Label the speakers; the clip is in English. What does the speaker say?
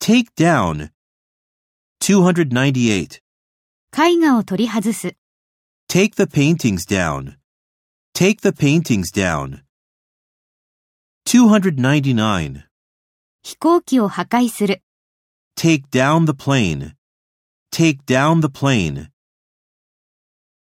Speaker 1: Take down. 298.
Speaker 2: 絵画を取り外す、
Speaker 1: Take the paintings down. Take the paintings down. 299.
Speaker 2: 飛行機を破壊する。
Speaker 1: Take down the plane. Take down the plane.